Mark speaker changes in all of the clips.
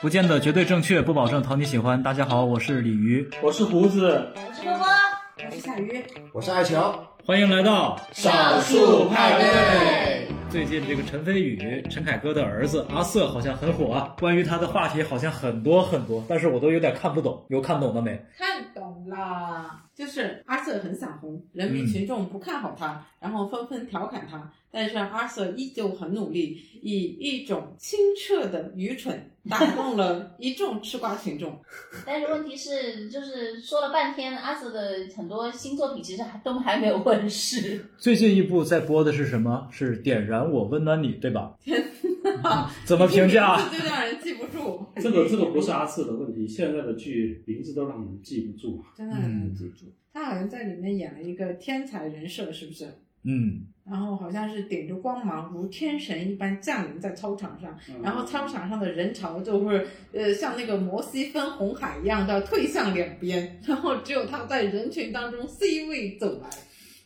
Speaker 1: 不见得绝对正确，不保证讨你喜欢。大家好，我是鲤鱼，
Speaker 2: 我是胡子，
Speaker 3: 我是波波，
Speaker 4: 我是夏鱼，
Speaker 5: 我是爱乔，
Speaker 1: 欢迎来到
Speaker 3: 少数派对。
Speaker 1: 最近这个陈飞宇，陈凯歌的儿子阿瑟好像很火啊，关于他的话题好像很多很多，但是我都有点看不懂，有看懂的没？
Speaker 4: 看懂啦，就是阿瑟很想红，人
Speaker 1: 嗯
Speaker 4: 民群众不看好他，然后纷纷调侃他，但是阿瑟依旧很努力，以一种清澈的愚蠢打 动了一众吃瓜群众。
Speaker 3: 但是问题是，就是说了半天，阿瑟的很多新作品其实还都还没有问世。
Speaker 1: 最近一部在播的是什么？是《点燃我温暖你》，对吧？嗯怎么评价？啊
Speaker 4: 就让人记不 住，
Speaker 2: 这个这个不是阿瑟的问题，现在的剧名字都让人记不住。啊
Speaker 4: 真的很
Speaker 1: 嗯
Speaker 4: 难记住。他好像在里面演了一个天才人设，是不是？
Speaker 1: 嗯，
Speaker 4: 然后好像是顶着光芒，如天神一般降临在操场上，
Speaker 2: 嗯
Speaker 4: 然后操场上的人潮就会，呃，像那个摩西分红海一样的退向两边，然后只有他在人群当中 C 位走来，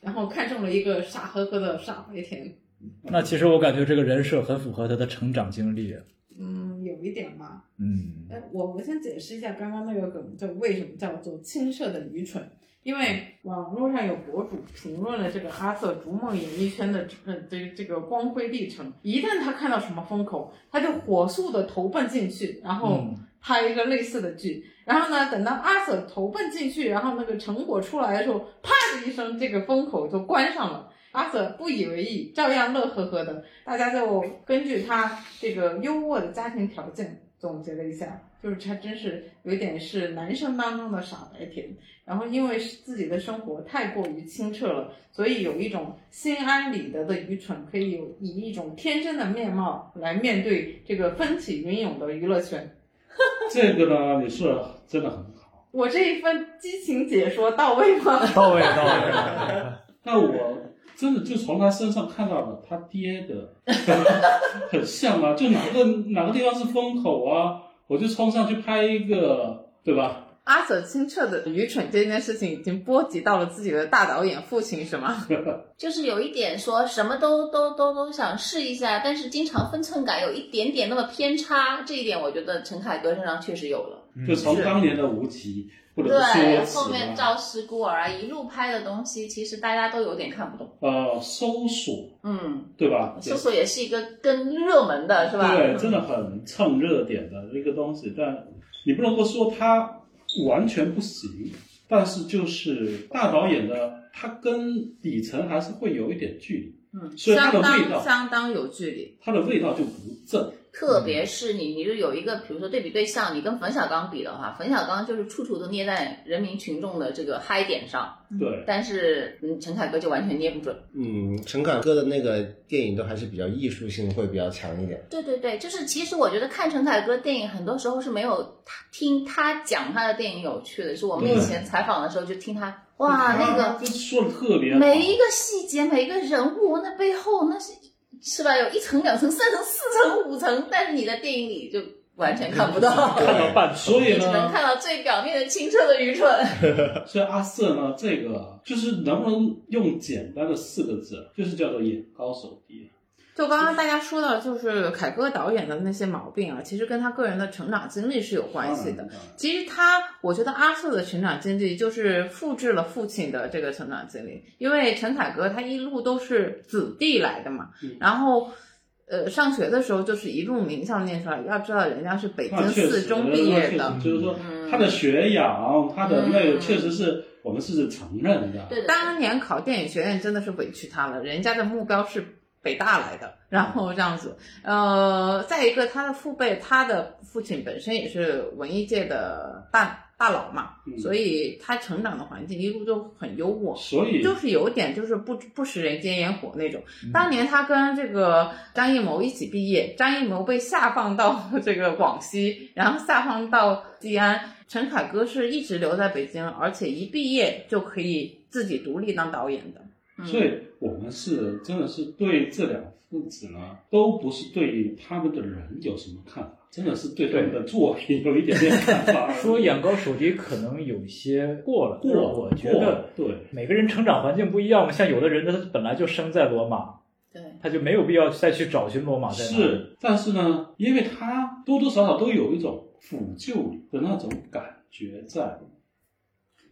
Speaker 4: 然后看中了一个傻呵呵的傻白甜，
Speaker 1: 那其实我感觉这个人设很符合他的成长经历。啊
Speaker 4: 嗯，有一点吧，
Speaker 1: 嗯
Speaker 4: 呃，我我先解释一下刚刚那个梗，就为什么叫做青涩的愚蠢。因为网络上有博主评论了这个阿瑟逐梦演艺圈的这个这这个光辉历程，一旦他看到什么风口，他就火速的投奔进去，然后
Speaker 1: 嗯
Speaker 4: 拍一个类似的剧。然后呢，等到阿瑟投奔进去，然后那个成果出来的时候，啪的一声，这个风口就关上了。阿瑟不以为意，照样乐呵呵的。大家就根据他这个优渥的家庭条件总结了一下，就是他真是有一点是男生当中的傻白甜。然后因为自己的生活太过于清澈了，所以有一种心安理得的愚蠢，可以有以一种天真的面貌来面对这个风起云涌的娱乐圈。
Speaker 2: 这个呢，你说得真的很好。
Speaker 4: 我这一份激情解说到位吗？
Speaker 1: 到位到位。
Speaker 2: 那我真的就从他身上看到了他爹的， 很像啊，就哪个哪个地方是风口啊，我就冲上去拍一个，对吧？
Speaker 4: 阿瑟清澈的愚蠢这件事情已经波及到了自己的大导演父亲，是吗？
Speaker 3: 就是有一点说什么都都都都想试一下，但是经常分寸感有一点点那么偏差，这一点我觉得陈凯歌身上确实有了。
Speaker 2: 就从当年的无极或者是
Speaker 3: 对，
Speaker 2: 说辞
Speaker 3: 后面
Speaker 2: 啊，
Speaker 3: 照师孤儿啊，一路拍的东西，其实大家都有点看不懂。
Speaker 2: 呃，搜索，
Speaker 3: 嗯，
Speaker 2: 对吧？
Speaker 3: 搜索也是一个更热门的是吧？
Speaker 2: 对，真的很蹭热点的一个东西，但你不能够说它完全不行，但是就是大导演的，他跟底层还是会有一点距离，
Speaker 3: 嗯，
Speaker 2: 所以它
Speaker 4: 相
Speaker 2: 的味
Speaker 4: 当
Speaker 2: 道，
Speaker 4: 相当有距离。
Speaker 2: 它的味道就不正，
Speaker 3: 特别是你，你就有一个，比如说对比对象，你跟冯小刚比的话，冯小刚就是处处都捏在人民群众的这个嗨点上，
Speaker 2: 对，
Speaker 3: 但是嗯，陈凯歌就完全捏不准。
Speaker 5: 嗯，陈凯歌的那个电影都还是比较艺术性会比较强一点。
Speaker 3: 对对对，就是其实我觉得看陈凯歌电影，很多时候是没有他听他讲他的电影有趣的，是我们以前采访的时候就听他，哇，那个
Speaker 2: 这说的特别好
Speaker 3: 每一个细节，每一个人物，那背后那是是吧？有一层、两层、三层、四层、五层，但是你在电影里就完全看不到。
Speaker 1: 看到半。
Speaker 2: 所以
Speaker 3: 你只能
Speaker 2: 呢，
Speaker 3: 看到最表面的清澈的愚蠢。
Speaker 2: 所以阿瑟呢，这个就是能不能用简单的四个字，就是叫做眼高手低。
Speaker 4: 就刚刚大家说到，就是凯歌导演的那些毛病啊，其实跟他个人的成长经历是有关系的。
Speaker 2: 当然，当然
Speaker 4: 其实他，我觉得阿瑟的成长经历就是复制了父亲的这个成长经历，因为陈凯歌他一路都是子弟来的嘛，
Speaker 2: 嗯
Speaker 4: 然后。呃，上学的时候就是一路名校念出来，要知道人家是北京
Speaker 2: 那啊确
Speaker 4: 四
Speaker 2: 实，
Speaker 4: 中毕业
Speaker 2: 那
Speaker 4: 的。
Speaker 2: 确实就是说
Speaker 4: 嗯
Speaker 2: 他的学养，他的那个确实是我们是承认的。
Speaker 3: 对的，
Speaker 4: 当年考电影学院真的是委屈他了，人家的目标是北大来的，然后这样子，呃，再一个他的父辈，他的父亲本身也是文艺界的大大佬嘛，
Speaker 2: 嗯
Speaker 4: 所以他成长的环境一路就很优渥，
Speaker 2: 所
Speaker 5: 嗯
Speaker 2: 以
Speaker 4: 就是有点就是不不食人间烟火那种。当年他跟这个张艺谋一起毕业，张艺谋被下放到这个广西，然后下放到西安。陈凯歌是一直留在北京，而且一毕业就可以自己独立当导演的。
Speaker 3: 嗯
Speaker 2: 所以我们是真的是对这两父子呢，都不是对他们的人有什么看法，真的是对他们的作品有一点点看法
Speaker 1: 说眼高手低可能有些过了，但是
Speaker 2: 过，
Speaker 1: 我觉得
Speaker 2: 过对，
Speaker 1: 每个人成长环境不一样嘛。像有的人他本来就生在罗马，
Speaker 3: 对，
Speaker 1: 他就没有必要再去找寻罗马在哪里。
Speaker 2: 是，但是呢，因为他多多少少都有一种抚救的那种感觉在，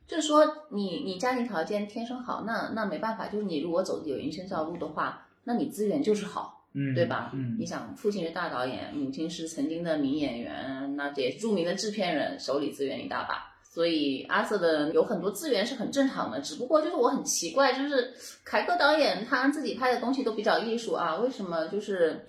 Speaker 3: 就是说你你家庭条件天生好，那那没办法，就是你如果走有人生这条路的话，那你资源就是好，
Speaker 1: 嗯，
Speaker 3: 对吧？
Speaker 1: 嗯
Speaker 3: 你，想，父亲是大导演，母亲是曾经的名演员，那也是著名的制片人，手里资源一大把。所以阿瑟的有很多资源是很正常的，只不过就是我很奇怪，就是凯歌导演他自己拍的东西都比较艺术啊，为什么就是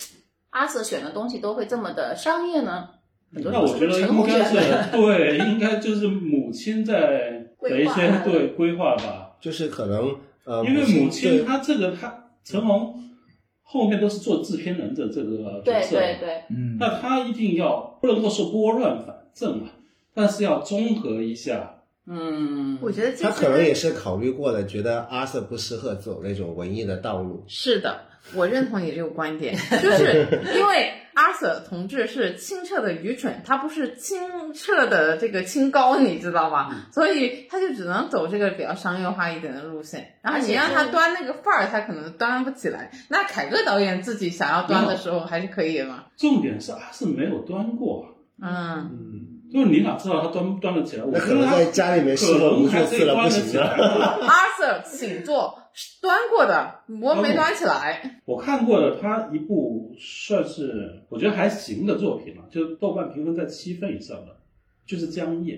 Speaker 3: 阿瑟选的东西都会这么的商业呢？很多
Speaker 2: 那我觉得应
Speaker 3: 成功
Speaker 2: 该
Speaker 3: 选
Speaker 2: 是
Speaker 3: 的
Speaker 2: 对，应该就是母亲在的一些
Speaker 3: 规划
Speaker 2: 对规划吧，
Speaker 5: 就是可能呃，
Speaker 2: 因为母亲
Speaker 5: 对
Speaker 2: 她这个她成龙后面都是做制片人的这个角
Speaker 3: 对
Speaker 2: 色，
Speaker 3: 对对，
Speaker 1: 嗯，
Speaker 2: 那他一定要不能够说拨乱反正啊，但是要综合一下，
Speaker 3: 嗯，
Speaker 4: 我觉得其
Speaker 5: 他
Speaker 4: 实
Speaker 5: 可能也是考虑过了，觉得阿瑟不适合走那种文艺的道路。
Speaker 4: 是的，我认同你这个观 点，就是因为阿瑟同志是清澈的愚蠢，他不是清澈的这个清高，你知道吧？所以他就只能走这个比较商业化一点的路线。然后你让他端那个范儿，他可能端不起来。那凯歌导演自己想要端的时候，还是可以的嘛。
Speaker 2: 重点是阿是没有端过啊，
Speaker 4: 嗯，
Speaker 5: 嗯，
Speaker 2: 就是你哪知道他端不端得起来？我
Speaker 5: 那可
Speaker 2: 觉得
Speaker 5: 能在
Speaker 2: 他
Speaker 5: 家里面试
Speaker 2: 可
Speaker 5: 过
Speaker 2: 能
Speaker 5: 无
Speaker 2: 还
Speaker 5: 数
Speaker 2: 可
Speaker 5: 次
Speaker 2: 以
Speaker 5: 了，
Speaker 2: 端得
Speaker 5: 不行啊
Speaker 2: 起
Speaker 5: 了。
Speaker 2: 来。
Speaker 4: 阿瑟嗯请坐，端过的我没端起来。
Speaker 2: 我看过了他一部算是我觉得还行的作品了，啊就是豆瓣评分在七分以上的，就是《江夜》。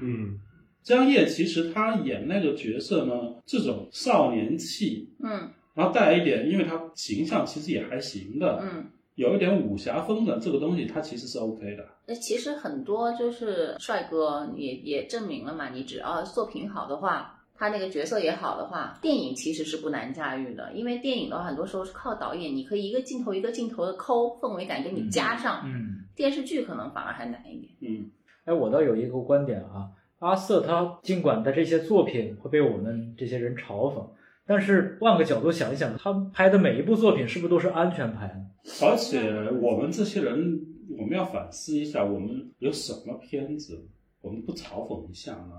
Speaker 5: 嗯，
Speaker 2: 江夜其实他演那个角色呢，这种少年气，
Speaker 3: 嗯
Speaker 2: 然后带一点，因为他形象其实也还行的，
Speaker 3: 嗯。
Speaker 2: 有一点武侠风的这个东西，它其实是 OK 的。
Speaker 3: 那其实很多就是帅哥也也证明了嘛，你只要作品好的话，他那个角色也好的话，电影其实是不难驾驭的。因为电影的话，很多时候是靠导演，你可以一个镜头一个镜头的抠，氛围感给你加上。
Speaker 1: 嗯。
Speaker 3: 电视剧可能反而还难一点。
Speaker 2: 嗯，
Speaker 1: 哎，我倒有一个观点啊，阿瑟他尽管他这些作品会被我们这些人嘲讽，但是换个角度想一想，他拍的每一部作品是不是都是安全牌呢？
Speaker 2: 而且我们这些人，我们要反思一下，我们有什么片子我们不嘲讽一下呢？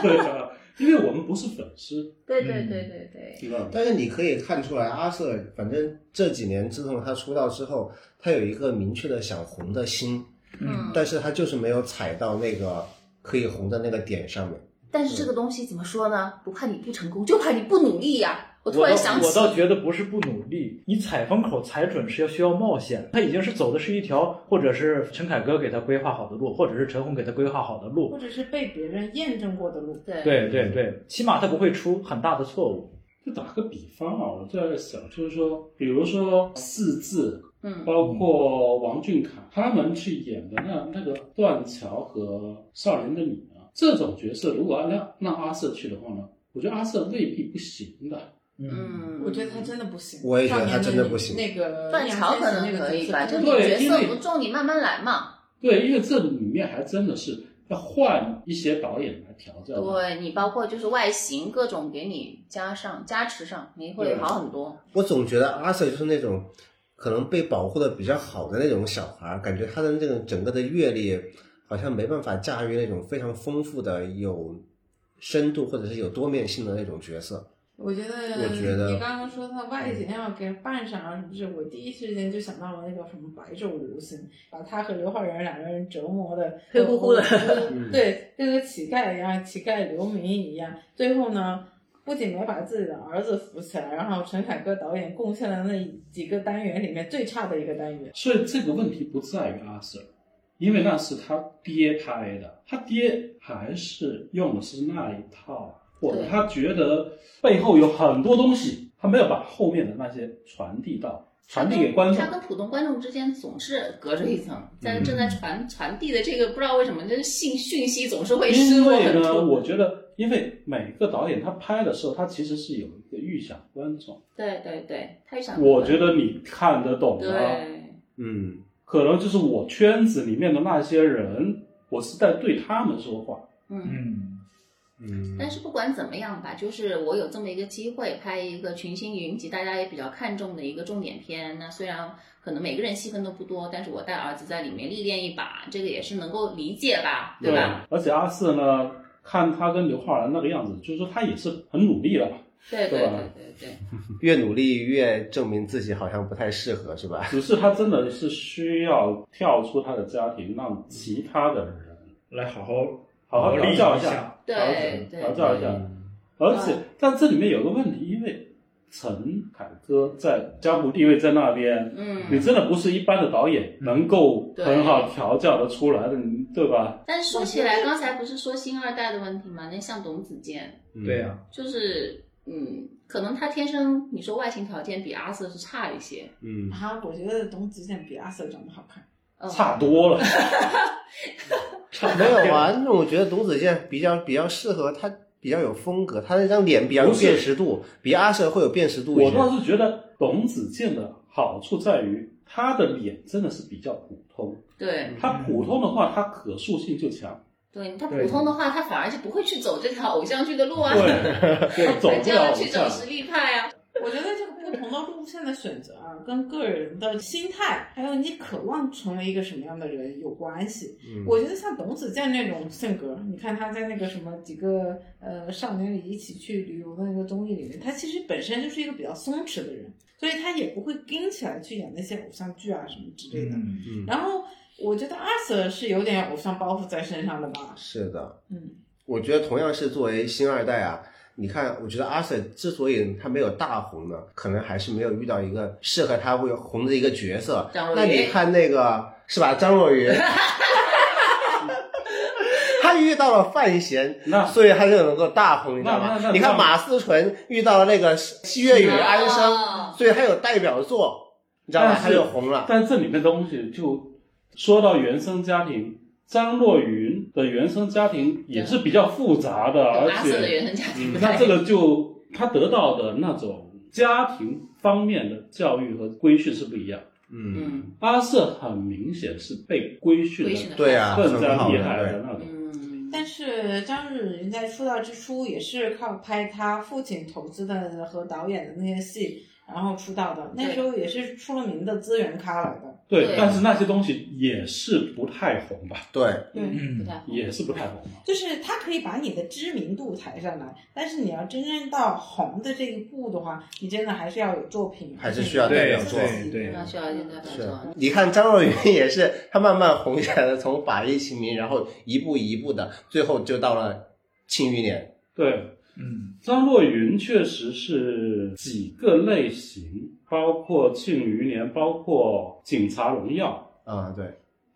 Speaker 2: 对啊，因为我们不是粉丝，
Speaker 3: 对
Speaker 1: 对
Speaker 3: 对
Speaker 1: 对
Speaker 3: 对对对，
Speaker 2: 知道吗？
Speaker 5: 但是你可以看出来，阿瑟反正这几年自从他出道之后，他有一个明确的想红的心，
Speaker 3: 嗯。
Speaker 5: 但是他就是没有踩到那个可以红的那个点上面。
Speaker 3: 但是这个东西怎么说呢？不怕你不成功，就怕你不努力呀、我
Speaker 1: 我
Speaker 3: 突然想
Speaker 1: 倒
Speaker 3: 起，
Speaker 1: 我倒觉得不是不努力，你踩风口踩准是要需要冒险。他已经是走的是一条，或者是陈凯歌给他规划好的路，或者是陈红给他规划好的路。
Speaker 4: 者是被别人验证过的路。
Speaker 3: 对
Speaker 1: 对对对，起码他不会出很大的错误。
Speaker 2: 就打个比方啊，我在想，就是说，比如说四字，
Speaker 3: 嗯
Speaker 2: 包括王俊凯他们去演的那那个断桥和少年的你啊，这种角色，如果要让让阿瑟去的话呢，我觉得阿瑟未必不行的。
Speaker 3: 嗯，
Speaker 4: 我觉得他真的不行，
Speaker 5: 我也觉得他真的不
Speaker 4: 少
Speaker 5: 行
Speaker 4: 年的那个
Speaker 3: 断桥可能可以吧，就你
Speaker 4: 是
Speaker 2: 对
Speaker 3: 角
Speaker 2: 因
Speaker 3: 色
Speaker 2: 为
Speaker 3: 不中，你慢慢来嘛。
Speaker 2: 对，因为这里面还真的是要换一些导演来调教。，
Speaker 3: 对你包括就是外形各种给你加上加持上，你会
Speaker 2: 对
Speaker 3: 好很多。
Speaker 5: 我总觉得阿瑟就是那种可能被保护的比较好的那种小孩儿，感觉他的这种整个的阅历好像没办法驾驭那种非常丰富的、有深度或者是有多面性的那种角色。
Speaker 4: 我觉得，
Speaker 5: 我觉得嗯
Speaker 4: 你刚刚说他外形要给扮上啊，什么事，我第一时间就想到了那个什么白昼游行，把他和刘昊然两个人折磨的
Speaker 3: 黑乎乎的
Speaker 5: 嗯
Speaker 4: 对，跟个乞丐一样，乞丐流民一样。最后呢，不仅没把自己的儿子扶起来，然后陈凯歌导演贡献了那几个单元里面最差的一个单元。
Speaker 2: 所以这个问题不在于阿瑟，因为那是他爹拍的，他爹还是用的是那一套，啊或者
Speaker 3: 对
Speaker 2: 他觉得背后有很多东西，他没有把后面的那些传递到传递给观众
Speaker 3: 他。跟普通观众之间总是隔着一层，在正
Speaker 2: 嗯
Speaker 3: 在传传递的这个不知道为什么，就是信讯息总是会失
Speaker 2: 因
Speaker 3: 落
Speaker 2: 为
Speaker 3: 很
Speaker 2: 呢，
Speaker 3: 多。
Speaker 2: 我觉得，因为每个导演他拍的时候，他其实是有一个预想观众，
Speaker 3: 对对对，太想
Speaker 2: 我觉得啊你看得懂吗？
Speaker 3: 对
Speaker 5: 嗯，
Speaker 2: 可能就是我圈子里面的那些人，我是在对他们说话。
Speaker 3: 嗯。
Speaker 1: 嗯，
Speaker 5: 嗯，
Speaker 3: 但是不管怎么样吧，就是我有这么一个机会拍一个群星云集，大家也比较看重的一个重点片。那虽然可能每个人戏份都不多，但是我带儿子在里面历练一把，这个也是能够理解吧，对吧？？
Speaker 2: 而且阿四呢，看他跟刘昊然那个样子，就是说他也是很努力了。
Speaker 3: 对对
Speaker 2: 对吧
Speaker 3: 对对对，
Speaker 5: 越努力越证明自己好像不太适合，是吧？
Speaker 2: 只是他真的是需要跳出他的家庭，让其他的人
Speaker 1: 来好好
Speaker 2: 好好
Speaker 1: 利
Speaker 2: 调
Speaker 1: 益
Speaker 2: 教
Speaker 1: 一
Speaker 2: 下，
Speaker 3: 对
Speaker 2: 调整
Speaker 3: 对
Speaker 2: 调教一下。而且，但这里面有个问题，因为陈凯歌在江湖地位在那边，你
Speaker 3: 嗯。
Speaker 2: 真的不是一般的导演
Speaker 1: 嗯
Speaker 2: 能够
Speaker 3: 对
Speaker 2: 很好调教的出来的，你对吧？
Speaker 3: 但是说起来，刚才不是说星二代的问题吗？那像董子健，
Speaker 1: 对啊
Speaker 3: 啊
Speaker 1: 呀、
Speaker 3: 就是嗯，可能他天生你说外形条件比阿瑟是差一些，
Speaker 5: 嗯，
Speaker 4: 啊，我觉得董子健比阿 Sir 长得好看。
Speaker 3: 嗯，
Speaker 2: 差多了。
Speaker 5: 没有啊，那我觉得董子健比较比较适合他，比较有风格，他那张脸比较有
Speaker 2: 不是
Speaker 5: 辨识度，比阿瑟会有辨识度一
Speaker 2: 我
Speaker 5: 些。
Speaker 2: 倒是觉得董子健的好处在于，他的脸真的是比较普通，
Speaker 3: 对
Speaker 2: 他普通的话，他可塑性就 强，
Speaker 3: 对，他
Speaker 1: 对
Speaker 3: 普通的话，他反而就不会去走这条偶像剧的路啊，
Speaker 2: 对， 他走
Speaker 3: 他
Speaker 2: 不
Speaker 3: 就
Speaker 2: 了
Speaker 3: 要
Speaker 2: 偶
Speaker 3: 去走
Speaker 2: 像。
Speaker 3: 实力派啊。
Speaker 4: 我觉得这个不同的路线的选择啊，跟个人的心态，还有你渴望成为一个什么样的人有关系。
Speaker 5: 嗯
Speaker 4: 我觉得像董子健那种性格，你看他在那个什么几个呃少年里一起去旅游的那个综艺里面，他其实本身就是一个比较松弛的人，所以他也不会跟起来去演那些偶像剧啊什么之类的。
Speaker 1: 嗯，
Speaker 5: 嗯，
Speaker 4: 然后我觉得阿 Sir 是有点偶像包袱在身上的吧，
Speaker 5: 是的。
Speaker 4: 嗯，
Speaker 5: 我觉得同样是作为星二代啊，你看，我觉得阿 Sir 之所以他没有大红呢，可能还是没有遇到一个适合他会红的一个角色。
Speaker 3: 张若昀
Speaker 5: 那你看那个是吧，张 若昀，他遇到了范闲，
Speaker 2: 那
Speaker 5: 所以他就能够大红，你知道
Speaker 2: 那
Speaker 5: 吗
Speaker 2: 那那？
Speaker 5: 你看马思纯遇到了那个西岳与安
Speaker 3: 啊
Speaker 5: 生，
Speaker 4: 哦
Speaker 5: 所以他有代表作，你知道吗？
Speaker 2: 但
Speaker 5: 他
Speaker 2: 哎是
Speaker 5: 就红了。
Speaker 2: 但这里面东西就说到原生家庭，张若昀的原生家庭也是比较复杂的，而
Speaker 3: 阿瑟
Speaker 2: 且
Speaker 3: 的
Speaker 2: 嗯
Speaker 3: 原生家庭不
Speaker 2: 那
Speaker 3: 太
Speaker 2: 这个就他得到的那种家庭方面的教育和规训是不一样。
Speaker 5: 嗯，
Speaker 3: 嗯
Speaker 2: 阿瑟很明显是被规训
Speaker 3: 规训
Speaker 2: 的
Speaker 3: 的
Speaker 5: 对啊，
Speaker 2: 更
Speaker 5: 很
Speaker 2: 加
Speaker 5: 好
Speaker 2: 厉
Speaker 5: 的
Speaker 2: 害
Speaker 5: 对
Speaker 2: 的那种。
Speaker 3: 嗯，
Speaker 4: 但是张若昀在出道之初也是靠拍他父亲投资的和导演的那些戏，然后出道的，那时候也是出了名的资源咖来的。
Speaker 2: 对
Speaker 3: 对，
Speaker 2: 但是那些东西也是不太红吧，
Speaker 5: 对，
Speaker 4: 对，
Speaker 3: 不太好，
Speaker 2: 也是不太红吧。
Speaker 4: 就是他可以把你的知名度抬上来，但是你要真正到红的这一步的话，你真的还是要有作品，
Speaker 5: 还是需要
Speaker 1: 代
Speaker 4: 对
Speaker 1: 表作
Speaker 4: 对
Speaker 1: 对
Speaker 3: 那需要一定的
Speaker 5: 是
Speaker 3: 包装。
Speaker 5: 你看张若昀也是，他慢慢红起来的，从《法医秦明》，然后一步一步的，最后就到了《庆余年
Speaker 2: 对，
Speaker 1: 嗯，
Speaker 2: 张若昀确实是几个类型，包括《庆余年》，包括《警察荣耀》，》
Speaker 5: 啊，对，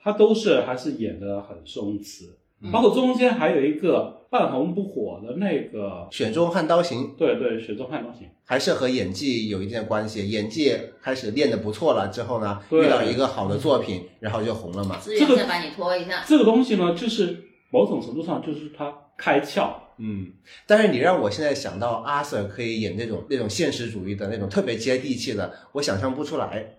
Speaker 2: 他都是还是演的很松弛，
Speaker 3: 嗯
Speaker 2: 包括中间还有一个半红不火的那个，
Speaker 5: 选中悍刀行
Speaker 2: 对对，雪中悍刀行，
Speaker 5: 还是和演技有一定的关系。演技开始练得不错了之后呢，
Speaker 2: 对
Speaker 5: 遇到一个好的作品，然后就红了嘛。
Speaker 3: 资源再把你拖一下，
Speaker 2: 这个东西呢，就是某种程度上就是他开窍，
Speaker 5: 嗯，但是你让我现在想到阿 Sir 可以演那种那种现实主义的那种特别接地气的，我想象不出来。
Speaker 3: 嗯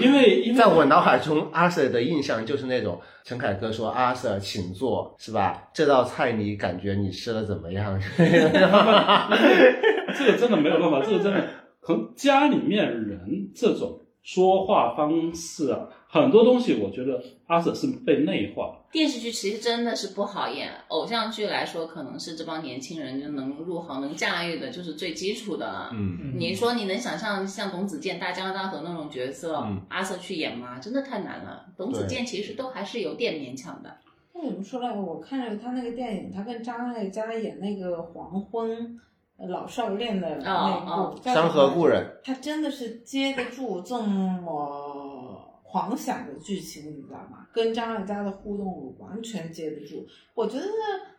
Speaker 2: 因为因为
Speaker 5: 在我脑海中，阿 Sir 的印象就是那种陈凯歌说：“阿 Sir，请坐，是吧？这道菜你感觉你吃了怎么样？” 嗯
Speaker 2: 这个真的没有办法，这个真的可能家里面人这种说话方式啊，很多东西我觉得阿 Sir 是被内化。
Speaker 3: 电视剧其实真的是不好演，偶像剧来说，可能是这帮年轻人就能入行、能驾驭的，就是最基础的了。
Speaker 5: 嗯，
Speaker 1: 嗯
Speaker 3: 你说你能想象像董子健、大江大河那种角色，
Speaker 5: 嗯
Speaker 3: 阿瑟去演吗？真的太难了。董子健其实都还是有点勉强的。
Speaker 4: 那怎么说来？我看着他那个电影，他跟张艾嘉演那个黄昏呃老少恋的那一部，
Speaker 3: 哦
Speaker 4: 叫什么
Speaker 5: 山河故人，
Speaker 4: 他真的是接得住这么狂想的剧情，你知道吗？跟张艾嘉的互动我完全接得住。我觉得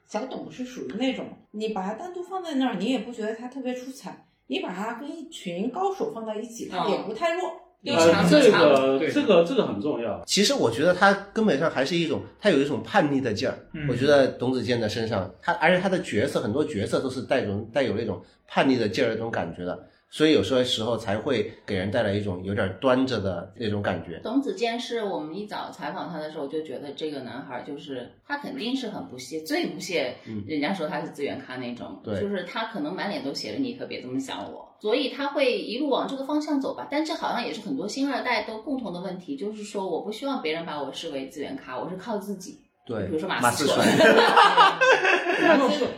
Speaker 4: 小董是属于那种，你把他单独放在那儿，你也不觉得他特别出彩；你把他跟一群高手放在一起，他也不太弱。
Speaker 3: 又
Speaker 2: 呃
Speaker 3: 长又
Speaker 2: 这
Speaker 3: 长，
Speaker 2: 个
Speaker 1: 对
Speaker 2: 这个这个很重要。
Speaker 5: 其实我觉得他根本上还是一种，他有一种叛逆的劲儿。
Speaker 1: 嗯
Speaker 5: 我觉得董子健的身上，他而且他的角色很多角色都是带种带有那种叛逆的劲儿那种感觉的，所以有时候时候才会给人带来一种有点端着的那种感觉。
Speaker 3: 董子健是我们一早采访他的时候就觉得这个男孩就是他肯定是很不屑，最不屑
Speaker 5: 嗯
Speaker 3: 人家说他是资源咖那种，
Speaker 5: 对
Speaker 3: 就是他可能满脸都写着你可别这么想我，所以他会一路往这个方向走吧。但这好像也是很多星二代都共同的问题，就是说我不希望别人把我视为资源咖，我是靠自己。
Speaker 5: 对
Speaker 3: 比如说，马
Speaker 5: 马
Speaker 3: 思
Speaker 5: 思
Speaker 3: 纯
Speaker 5: 纯，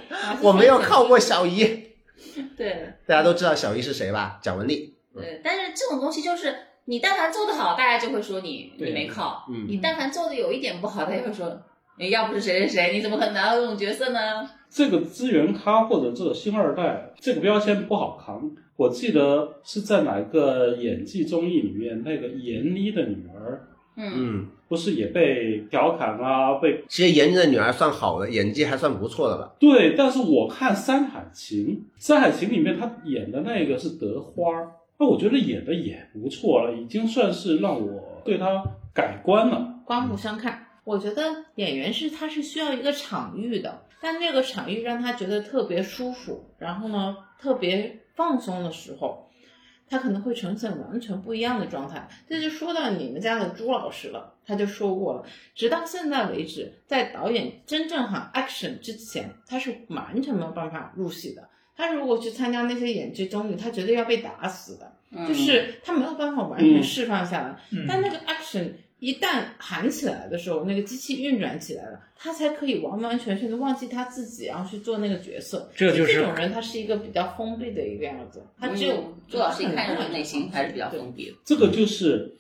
Speaker 5: 我没有靠过小姨。
Speaker 3: 对
Speaker 5: 大家都知道小一是谁吧？蒋雯丽。
Speaker 3: 对，但是这种东西就是你但凡做得好，大家就会说你你没靠；
Speaker 5: 嗯，
Speaker 3: 你但凡做的有一点不好，大家会说你要不是谁谁谁，你怎么可能拿到这种角色呢？
Speaker 2: 这个资源咖或者这个星二代这个标签不好扛。我记得是在哪个演技综艺里面，那个闫妮的女儿
Speaker 3: 嗯，
Speaker 5: 嗯，
Speaker 2: 不是也被调侃啊，被
Speaker 5: 其实闫妮的女儿算好的，演技还算不错的了。
Speaker 2: 对。但是我看《山海情》，《山海情》里面她演的那个是德花儿，那我觉得演的也不错了，已经算是让我对她改观了。
Speaker 4: 刮目相看。我觉得演员是他是需要一个场域的，但这个场域让他觉得特别舒服，然后呢特别放松的时候，他可能会呈现完全不一样的状态。这就说到你们家的朱老师了，他就说过了，直到现在为止，在导演真正喊 action 之前，他是完全没有办法入戏的。他如果去参加那些演剧综艺，他绝对要被打死的，
Speaker 3: 嗯
Speaker 4: 就是他没有办法完全
Speaker 2: 嗯
Speaker 4: 释放下来。但那个 action 一旦喊起来的时候，那个机器运转起来了，他才可以完完全全的忘记他自己，然后去做那个角色。
Speaker 1: 这就是
Speaker 4: 这种人，他是一个比较封闭的一个样子，他只有
Speaker 3: 嗯朱老师一看
Speaker 4: 就
Speaker 3: 就是
Speaker 4: 很
Speaker 3: 内心还是比较封闭的。
Speaker 2: 这个就是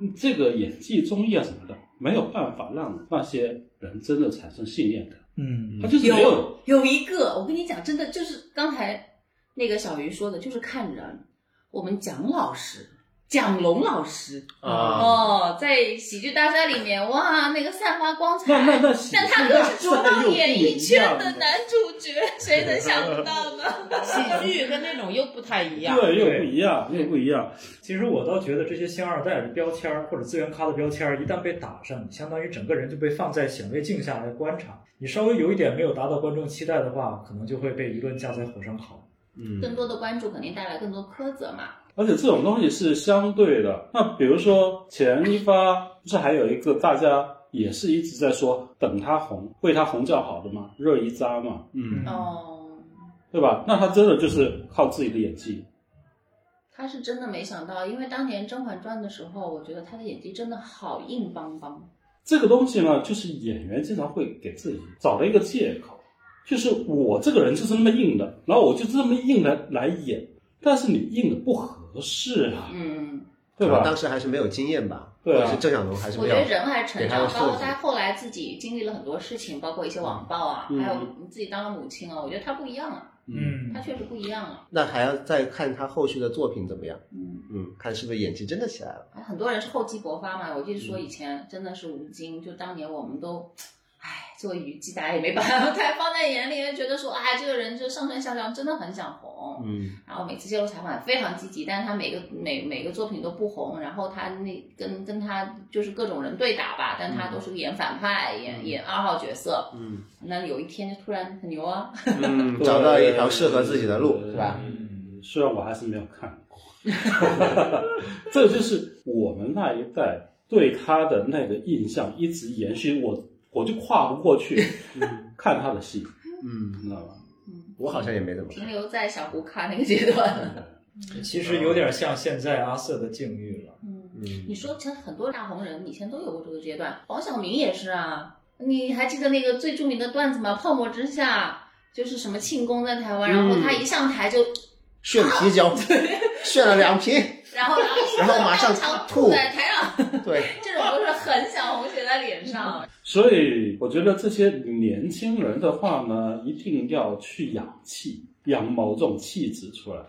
Speaker 2: 嗯这个演技综艺啊什么的，没有办法让那些人真的产生信念感，
Speaker 1: 嗯
Speaker 2: 他就是没有
Speaker 3: 有一个，我跟你讲，真的就是刚才那个小鱼说的，就是看人。我们蒋老师，蒋龙老师，
Speaker 5: 啊，
Speaker 3: 哦，在喜剧大赛里面，哇，那个散发光彩。
Speaker 2: 那那那喜剧
Speaker 3: 但他可是主
Speaker 2: 大赛
Speaker 3: 导
Speaker 2: 又
Speaker 3: 演
Speaker 2: 不一
Speaker 3: 艺圈
Speaker 2: 样
Speaker 3: 的
Speaker 2: 的
Speaker 3: 男主角，谁能想到 呢？
Speaker 4: 喜剧跟那种又不太一样。
Speaker 2: 对，又不一样，又不一样。
Speaker 1: 其实我倒觉得这些星二代的标签儿或者资源咖的标签儿，一旦被打上，相当于整个人就被放在显微镜下来观察。你稍微有一点没有达到观众期待的话，可能就会被舆论架在火上烤。
Speaker 5: 嗯，
Speaker 3: 更多的关注肯定带来更多苛责嘛。
Speaker 2: 而且这种东西是相对的。那比如说前一发不是还有一个大家也是一直在说等他红，为他红叫好的嘛，热依扎嘛，
Speaker 5: 嗯，
Speaker 3: 哦，
Speaker 2: 对吧？那他真的就是靠自己的演技。
Speaker 3: 他是真的没想到，因为当年《甄嬛传》的时候，我觉得他的演技真的好硬邦邦。
Speaker 2: 这个东西呢，就是演员经常会给自己找了一个借口，就是我这个人就是那么硬的，然后我就这么硬来来演，但是你硬的不合适啊，
Speaker 3: 嗯，
Speaker 2: 对
Speaker 5: 可能
Speaker 2: 吧？
Speaker 5: 当时还是没有经验吧，
Speaker 2: 对啊
Speaker 5: 或者是郑晓龙还是
Speaker 3: 我
Speaker 5: 没
Speaker 3: 觉
Speaker 5: 有
Speaker 3: 得。人还是成长，
Speaker 5: 给他
Speaker 3: 包括
Speaker 5: 的设计
Speaker 3: 他后来自己经历了很多事情，包括一些网暴啊，
Speaker 2: 嗯
Speaker 3: 还有你自己当了母亲啊，我觉得他不一样了，
Speaker 1: 嗯
Speaker 3: 他确实不一样了。
Speaker 5: 那还要再看他后续的作品怎么样，
Speaker 3: 嗯。
Speaker 5: 嗯，看是不是演技真的起来了。
Speaker 3: 哎，很多人是厚积薄发嘛。我就是说，以前真的是吴京，就当年我们都，唉，作为娱记，大家也没把他 太放在眼里，就觉得说，哎，这个人就上升下降，真的很想红。
Speaker 5: 嗯，
Speaker 3: 然后每次接受采访也非常积极，但是他每个每每个作品都不红，然后他那跟跟他就是各种人对打吧，但他都是演反派，演演二号角色。
Speaker 5: 嗯，
Speaker 3: 那有一天就突然很牛啊，
Speaker 5: 嗯，
Speaker 2: 对
Speaker 5: 找到一条适合自己的路，是吧？
Speaker 2: 嗯虽然我还是没有看过，这就是我们那一代对他的那个印象一直延续，我我就跨不过去看他的戏，
Speaker 5: 嗯，
Speaker 2: 你知道吗？
Speaker 3: 嗯，
Speaker 5: 我好像也没怎 么
Speaker 3: 停
Speaker 5: 看。
Speaker 3: 留在小胡咖那个阶 段。
Speaker 1: 其实有点像现在阿瑟的境遇了。
Speaker 3: 嗯。
Speaker 5: 嗯
Speaker 3: 你，说，其实很多大红人以前都有过这个阶段，黄晓明也是啊。你还记得那个最著名的段子吗？泡沫之夏就是什么庆功在台湾，然
Speaker 5: 嗯
Speaker 3: 后他一上台就，
Speaker 5: 炫啤酒，炫了两瓶，
Speaker 3: 然后然后
Speaker 5: 然后马上
Speaker 3: 当场
Speaker 5: 吐
Speaker 3: 在台上，
Speaker 5: 对，
Speaker 3: 这种都是很想红写在脸上。
Speaker 2: 所以我觉得这些年轻人的话呢，一定要去养气，养某种气质出来。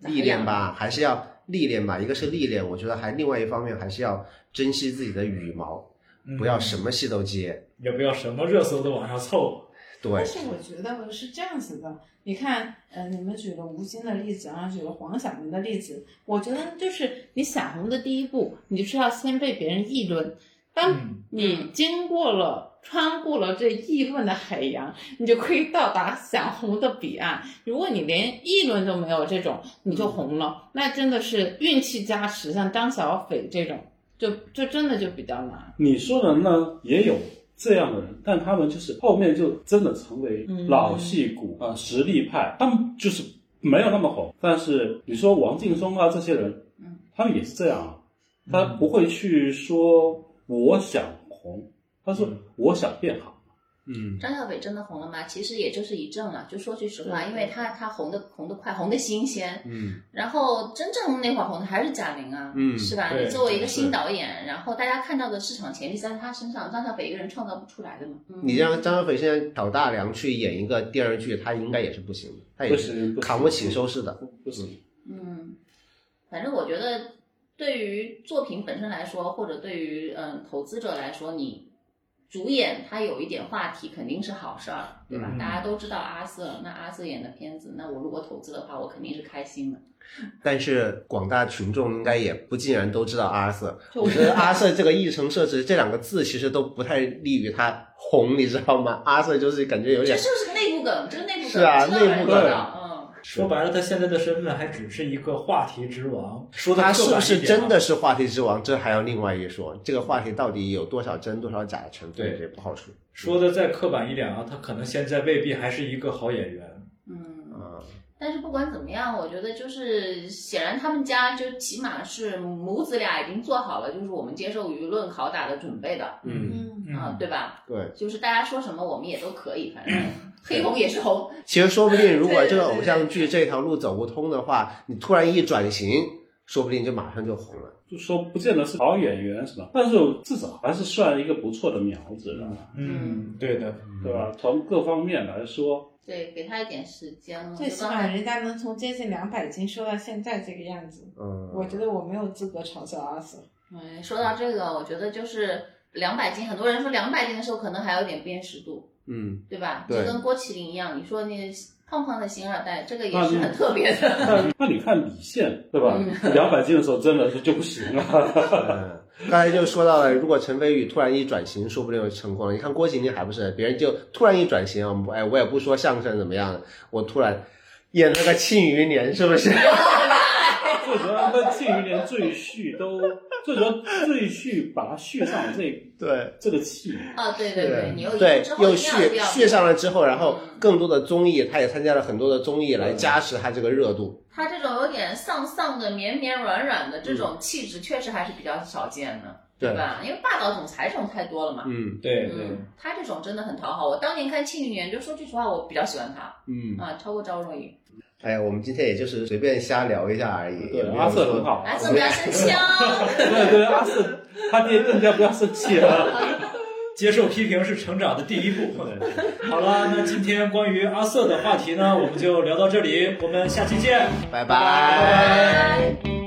Speaker 5: 历练吧，还是要历练吧。一个是历练，我觉得还另外一方面还是要珍惜自己的羽毛，
Speaker 1: 嗯
Speaker 5: 不要什么戏都接。
Speaker 1: 也不要什么热搜都往上凑。
Speaker 5: 对
Speaker 4: 但，是我觉得是这样子的，你看，呃，你们举了吴京的例子，然后举了黄晓明的例子，我觉得就是你想红的第一步，你就是要先被别人议论。当
Speaker 1: 嗯
Speaker 4: 你经过了、穿过了这议论的海洋，你就可以到达想红的彼岸。如果你连议论都没有这种，你就红了，那真的是运气加持，像张小斐这种，就就真的就比较难。
Speaker 2: 你说的呢，也有这样的人，但他们就是后面就真的成为老戏骨啊、呃实力派，他们就是没有那么红。但是你说王劲松啊这些人
Speaker 3: 嗯，
Speaker 2: 他们也是这样啊，
Speaker 1: 嗯
Speaker 2: 他不会去说我想红，他说
Speaker 1: 嗯
Speaker 2: 我想变好。嗯
Speaker 3: 张小北真的红了吗？其实也就是一阵了。就说句实话，因为他他红的红的快，红的新鲜。
Speaker 2: 嗯
Speaker 3: 然后真正那会儿红的还是贾玲啊，
Speaker 2: 嗯
Speaker 3: 是吧？
Speaker 1: 对
Speaker 3: 你作为一个
Speaker 5: 是
Speaker 3: 新导演，然后大家看到的市场潜力在他身上，张小北一个人创造不出来的嘛。嗯
Speaker 5: 你让张小斐现在挑大梁去演一个电视剧，他应该也是不行的，他也
Speaker 2: 不行
Speaker 5: 是
Speaker 2: 不行
Speaker 5: 扛不起收视的。
Speaker 2: 不不行，
Speaker 3: 嗯，反正我觉得，对于作品本身来说，或者对于嗯投资者来说，你主演他有一点话题肯定是好事儿，对吧？
Speaker 1: 嗯
Speaker 3: 大家都知道阿瑟，那阿瑟演的片子，那我如果投资的话，我肯定是开心的。
Speaker 5: 但是广大群众应该也不尽然都知道阿瑟，我觉得阿瑟这个议程设置这两个字其实都不太利于他红，你知道吗？阿瑟就是感觉有
Speaker 3: 这
Speaker 5: 点
Speaker 3: 就是内部梗，就是内部梗，
Speaker 5: 是啊
Speaker 3: 知道的人知
Speaker 5: 内部
Speaker 2: 梗
Speaker 3: 道，
Speaker 1: 说白了，他现在的身份还只是一个话题之王。说的
Speaker 5: 他是不是
Speaker 1: 啊
Speaker 5: 真的是话题之王，这还要另外一说。这个话题到底有多少真多少假的成分，
Speaker 1: 对
Speaker 5: 也不好说。
Speaker 1: 说的再刻板一点啊，他可能现在未必还是一个好演员。
Speaker 3: 嗯嗯。
Speaker 5: 嗯，
Speaker 3: 但是不管怎么样，我觉得就是显然他们家就起码是母子俩已经做好了，就是我们接受舆论拷打的准备的，
Speaker 2: 嗯
Speaker 4: 嗯，
Speaker 3: 啊，对吧？
Speaker 5: 对。嗯
Speaker 3: 就是大家说什么我们也都可以，反正 黑红也是红。
Speaker 5: 其实说不定，如果这个偶像剧这条路走不通的话，你突然一转型，说不定就马上就红了。
Speaker 2: 就说不见得是好演员是吧？但是至少还是算一个不错的苗子了，
Speaker 1: 嗯，对的，
Speaker 2: 对吧？从各方面来说，
Speaker 3: 对，给他一点时间了。
Speaker 4: 最
Speaker 3: 就
Speaker 4: 起
Speaker 3: 刚
Speaker 4: 码
Speaker 3: 才
Speaker 4: 人家能从接近两百斤瘦到现在这个样子，
Speaker 5: 嗯，
Speaker 4: 我觉得我没有资格嘲笑阿 Sir。
Speaker 3: 哎，说到这个，我觉得就是两百斤，很多人说两百斤的时候可能还有点辨识度，
Speaker 5: 嗯，
Speaker 3: 对吧？
Speaker 5: 对
Speaker 3: 就跟郭麒麟一样，你说那胖胖的星二代，这个也
Speaker 2: 那
Speaker 3: 是
Speaker 2: 你
Speaker 3: 很特别 的。
Speaker 2: 那那你看李现对吧？两百斤的时候真的就就不行了，
Speaker 5: 嗯，刚才就说到了，如果陈飞宇突然一转型，说不定就成功了。你看郭麒麟还不是，别人就突然一转型啊，哎，我也不说相声怎么样，我突然演了个《庆余年》，是不 是？
Speaker 2: 最主要跟庆余年赘婿都，最主要赘婿把它续上这
Speaker 5: 对。
Speaker 2: 这个气，
Speaker 3: 啊，对对对，你又
Speaker 5: 对
Speaker 3: 之，后
Speaker 5: 又
Speaker 3: 一定要
Speaker 5: 续
Speaker 3: 不要
Speaker 5: 续上了之后，然后
Speaker 3: 嗯
Speaker 5: 更多的综艺，他也参加了很多的综艺来加持他这个热度。
Speaker 3: 他这种有点丧丧的、绵绵软软的这种
Speaker 5: 嗯
Speaker 3: 气质，确实还是比较少见的，
Speaker 5: 对
Speaker 3: 对吧？因为霸道总裁这种太多了嘛。
Speaker 5: 嗯
Speaker 1: 对对。
Speaker 3: 嗯，他这种真的很讨好。我当年看《庆余年》，就说句实话，我比较喜欢他
Speaker 5: 嗯，
Speaker 3: 啊，超过赵若颖。
Speaker 5: 哎呀，我们今天也就是随便瞎聊一下而已。
Speaker 2: 对
Speaker 5: 也没有
Speaker 2: 阿瑟
Speaker 5: 说
Speaker 2: 很好，
Speaker 3: 来，怎么要生气哦？
Speaker 2: 对对，阿瑟，他爹更加不要生气啊了。
Speaker 1: 接受批评是成长的第一步。好了，那今天关于阿瑟的话题呢，我们就聊到这里，我们下期见。拜
Speaker 5: 拜拜
Speaker 3: 拜。